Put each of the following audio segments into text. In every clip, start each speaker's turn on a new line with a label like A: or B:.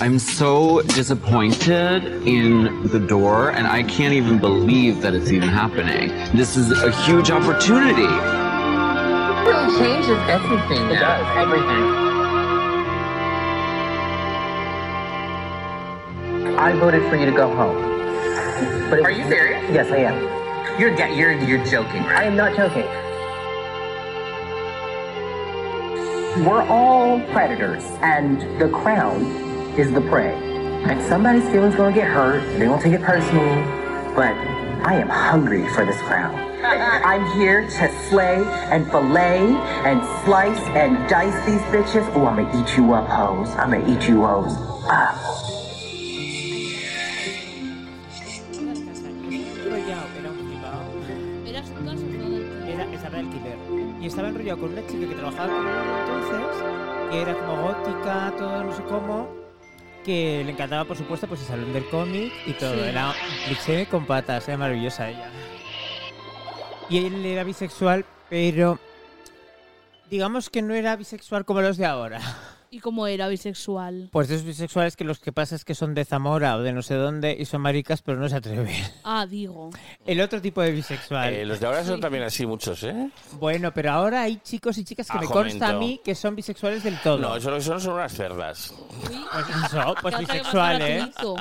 A: I'm so disappointed in the door, and I can't even believe that it's even happening. This is a huge opportunity. It really changes everything. It does, everything.
B: I voted for you to go home. But
A: Are you serious?
B: Yes, I am.
A: You're ge- you're you're joking, right?
B: I am not joking. We're all predators, and the crown is the prey. And somebody's feelings gonna get hurt. They won't take it personally, but I am hungry for this crown. I'm here to slay and fillet and slice and dice these bitches. Oh, I'm gonna eat you up, hoes. I'm gonna eat you hoes up.
C: enrollado, era un flipado.
D: Era su casa o estaba
C: Era, estaba en alquiler. Y estaba enrollado con una chica que trabajaba con él entonces, que era como gótica, todo no sé cómo, que le encantaba, por supuesto, pues el salón del cómic y todo.
D: Sí.
C: Era cliché con patas, era maravillosa ella. Y él era bisexual, pero digamos que no era bisexual como los de ahora.
D: ¿Y cómo era bisexual?
C: Pues de esos bisexuales que los que pasa es que son de Zamora o de no sé dónde y son maricas, pero no se atreven.
D: Ah, digo.
C: El otro tipo de bisexual.
E: Eh, los de ahora son
D: Sí.
E: también así muchos, ¿eh?
C: Bueno, pero ahora hay chicos y chicas que
E: Ah,
C: me consta a
E: momento.
C: mí que son bisexuales del todo.
E: No, eso lo que son son unas cerdas.
D: Uy,
C: Pues eso, pues
D: ya te
C: bisexual,
D: pasa
C: ¿eh?
D: rapidito.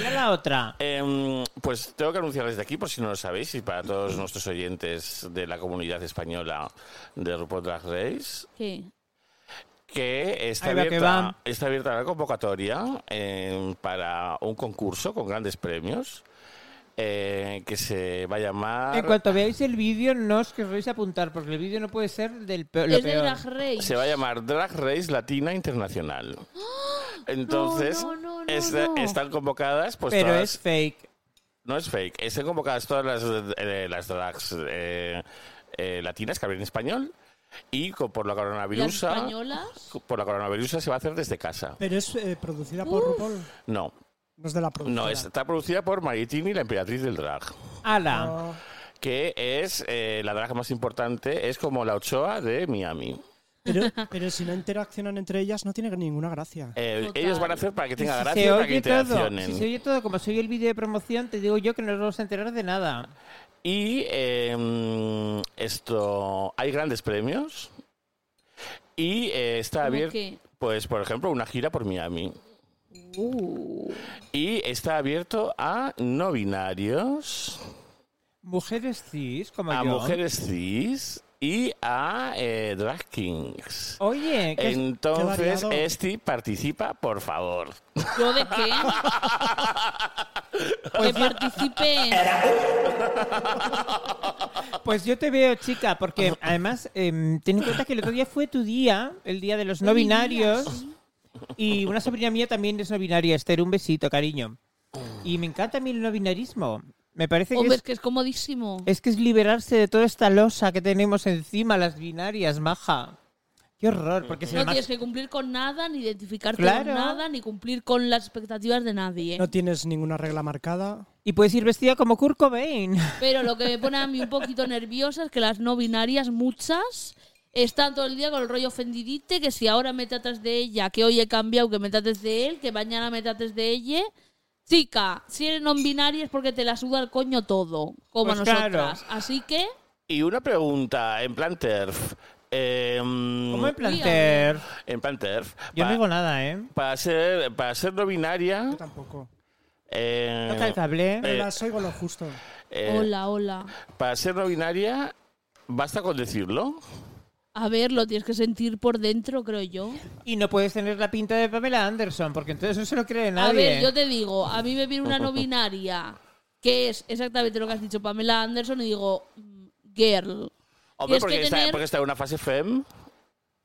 C: Y a la otra.
E: Em, pues tengo que anunciar desde aquí, por si no lo sabéis, y para todos nuestros oyentes de la comunidad española de RuPaul Drag Race,
D: ¿Qué?
E: que está
C: Ahí va, que
E: abierta,
C: va.
E: está abierta la convocatoria em, para un concurso con grandes premios eh, que se va a llamar...
C: En cuanto veáis el vídeo, no os querréis apuntar, porque el vídeo no puede ser del pe- lo
D: Es de
C: peor.
D: Drag Race.
E: Se va a llamar Drag Race Latina Internacional. Entonces,
D: No, no, no, no,
E: es-
D: no.
E: están convocadas, pues
C: Pero
E: todas-
C: es fake.
E: no es fake, están convocadas todas las, eh, las drags eh, eh, latinas que hablan español y co- por la
D: Las
E: coronavirus
D: españolas.
E: por la coronavirus se va a hacer desde casa.
F: Pero es eh, producida por
D: Uf.
F: RuPaul.
E: No,
F: No es de la productora.
E: no está producida por Maritini, la emperatriz del drag,
D: Oh.
C: Ala.
F: No.
E: que es eh, la drag más importante, es como la Ochoa de Miami.
F: Pero, pero si no interaccionan entre ellas, no tiene ninguna gracia.
E: Eh,
D: Total.
E: ellos van a hacer para que
C: Y
E: tenga
C: si
E: gracia y
C: se
E: para que
C: oye todo,
E: interaccionen.
C: si se oye todo, como se oye el vídeo de promoción, te digo yo que no nos vamos a enterar de nada.
E: Y eh, esto, hay grandes premios y eh, está
D: ¿Cómo
E: abierto,
D: qué?
E: pues por ejemplo, una gira por Miami.
D: Uh,
E: Y está abierto a no binarios,
C: Mujeres cis, como
E: a
C: yo.
E: Ah, mujeres cis y a eh, drag kings.
C: Oye, que Oh, es-
E: Entonces,
F: variado.
E: Esti participa, por favor.
D: ¿Yo de qué? que participe en...
C: Pues yo te veo, chica, porque además em, ten en cuenta que el otro día fue tu día, el día de los no
D: Fue mi día,
C: binarios,
D: sí.
C: y una sobrina mía también es no binaria, Esther, un besito, cariño. Y me encanta a mí el no binarismo. Me parece que
D: Hombre,
C: es,
D: es que es comodísimo.
C: es que es liberarse de toda esta losa que tenemos encima, las binarias, maja. Qué horror, porque se
D: No
C: llama-
D: tienes que cumplir con nada, ni identificarte
C: Claro.
D: con nada, ni cumplir con las expectativas de nadie.
F: No tienes ninguna regla marcada.
C: Y puedes ir vestida como Kurt
F: Mm.
C: Cobain.
D: Pero lo que me pone a mí un poquito nerviosa es que las no binarias, muchas, están todo el día con el rollo ofendidite, que si ahora me tratas de ella, que hoy he cambiado, que me trates de él, que mañana me trates de ella. Chica, si eres no binaria es porque te la suda el coño todo, como
C: Pues
D: a
C: claro.
D: nosotras. Así que,
E: Y una pregunta en plan TERF. em,
C: ¿Cómo me plantear?
E: en plan TERF.
C: Yo no
E: pa-
C: digo nada, ¿eh?
E: para, ser, para ser no binaria.
F: Yo tampoco.
E: eh,
C: Toca el cable.
E: Eh,
F: Las oigo lo justo.
E: eh,
D: hola, hola.
E: Para ser no binaria, basta con decirlo.
D: A ver, lo tienes que sentir por dentro, creo yo.
C: Y no puedes tener la pinta de Pamela Anderson, porque entonces no se lo cree nadie.
D: A ver, yo te digo, a mí me viene una no binaria que es exactamente lo que has dicho Pamela Anderson y digo, mm, girl.
E: Hombre,
D: Tienes
E: porque
D: que
E: está,
D: tener-
E: E porque está en una fase FEM.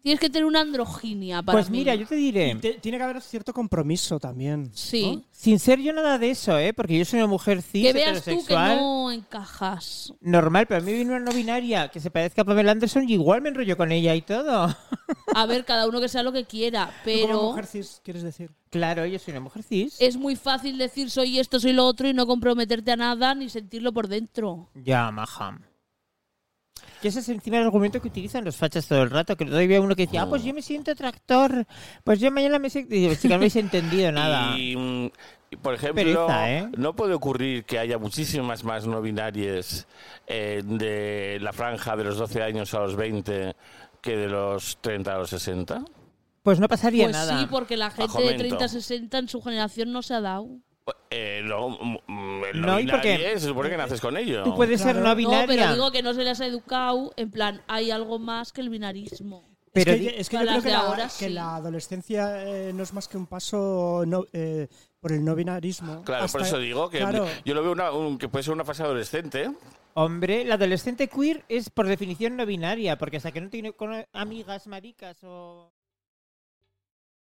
D: Tienes que tener una androginia para
C: Pues
D: mí.
C: mira, yo te diré.
F: Te- tiene que haber cierto compromiso también.
D: Sí.
C: Sin ser yo nada de eso, ¿eh? Porque yo soy una mujer cis,
D: que veas tú que
C: heterosexual,
D: no encajas.
C: normal, pero a mí vino una no binaria que se parezca a Pamela Anderson y igual me enrollo con ella y todo.
D: A ver, cada uno que sea lo que quiera,
F: Tú como
D: pero
F: mujer cis, quieres decir.
C: claro, yo soy una mujer cis.
D: es muy fácil decir soy esto, soy lo otro y no comprometerte a nada ni sentirlo por dentro.
C: Ya, maja. Que ese es encima el argumento que utilizan los fachas todo el rato. Que todavía hay uno que decía, ah, pues yo me siento tractor. Pues yo mañana me siento. Y digo, chica, no habéis entendido nada.
E: Y, mm, y, por ejemplo,
C: pereza, ¿eh?
E: no puede ocurrir que haya muchísimas más no binarias eh, de la franja de los 12 años a los 20 que de los 30 a los 60.
C: Pues no pasaría
D: Pues
C: nada.
D: sí, porque la gente
E: Bajo mento.
D: de 30-60 en su generación no se ha dado.
E: Eh, no, mm, mm, el no,
C: No, y
E: binario
C: porque-
E: se supone que naces con ello.
C: Tú puedes ser
F: Claro.
C: no
D: No,
C: binaria.
D: pero digo que no se les ha educado. En plan, hay algo más que el binarismo.
C: Pero
F: es
C: di-
F: que, es que
D: a
F: yo
D: las
F: creo que
D: de
F: la,
D: ahora
F: que
D: sí.
F: la adolescencia eh, no es más que un paso no- eh, por el no binarismo.
E: Claro,
F: Hasta-
E: por eso digo que
F: claro,
E: yo lo veo una- un- que puede ser una fase adolescente.
C: Hombre, la adolescente queer es por definición no binaria, porque hasta que no tiene cono- amigas maricas o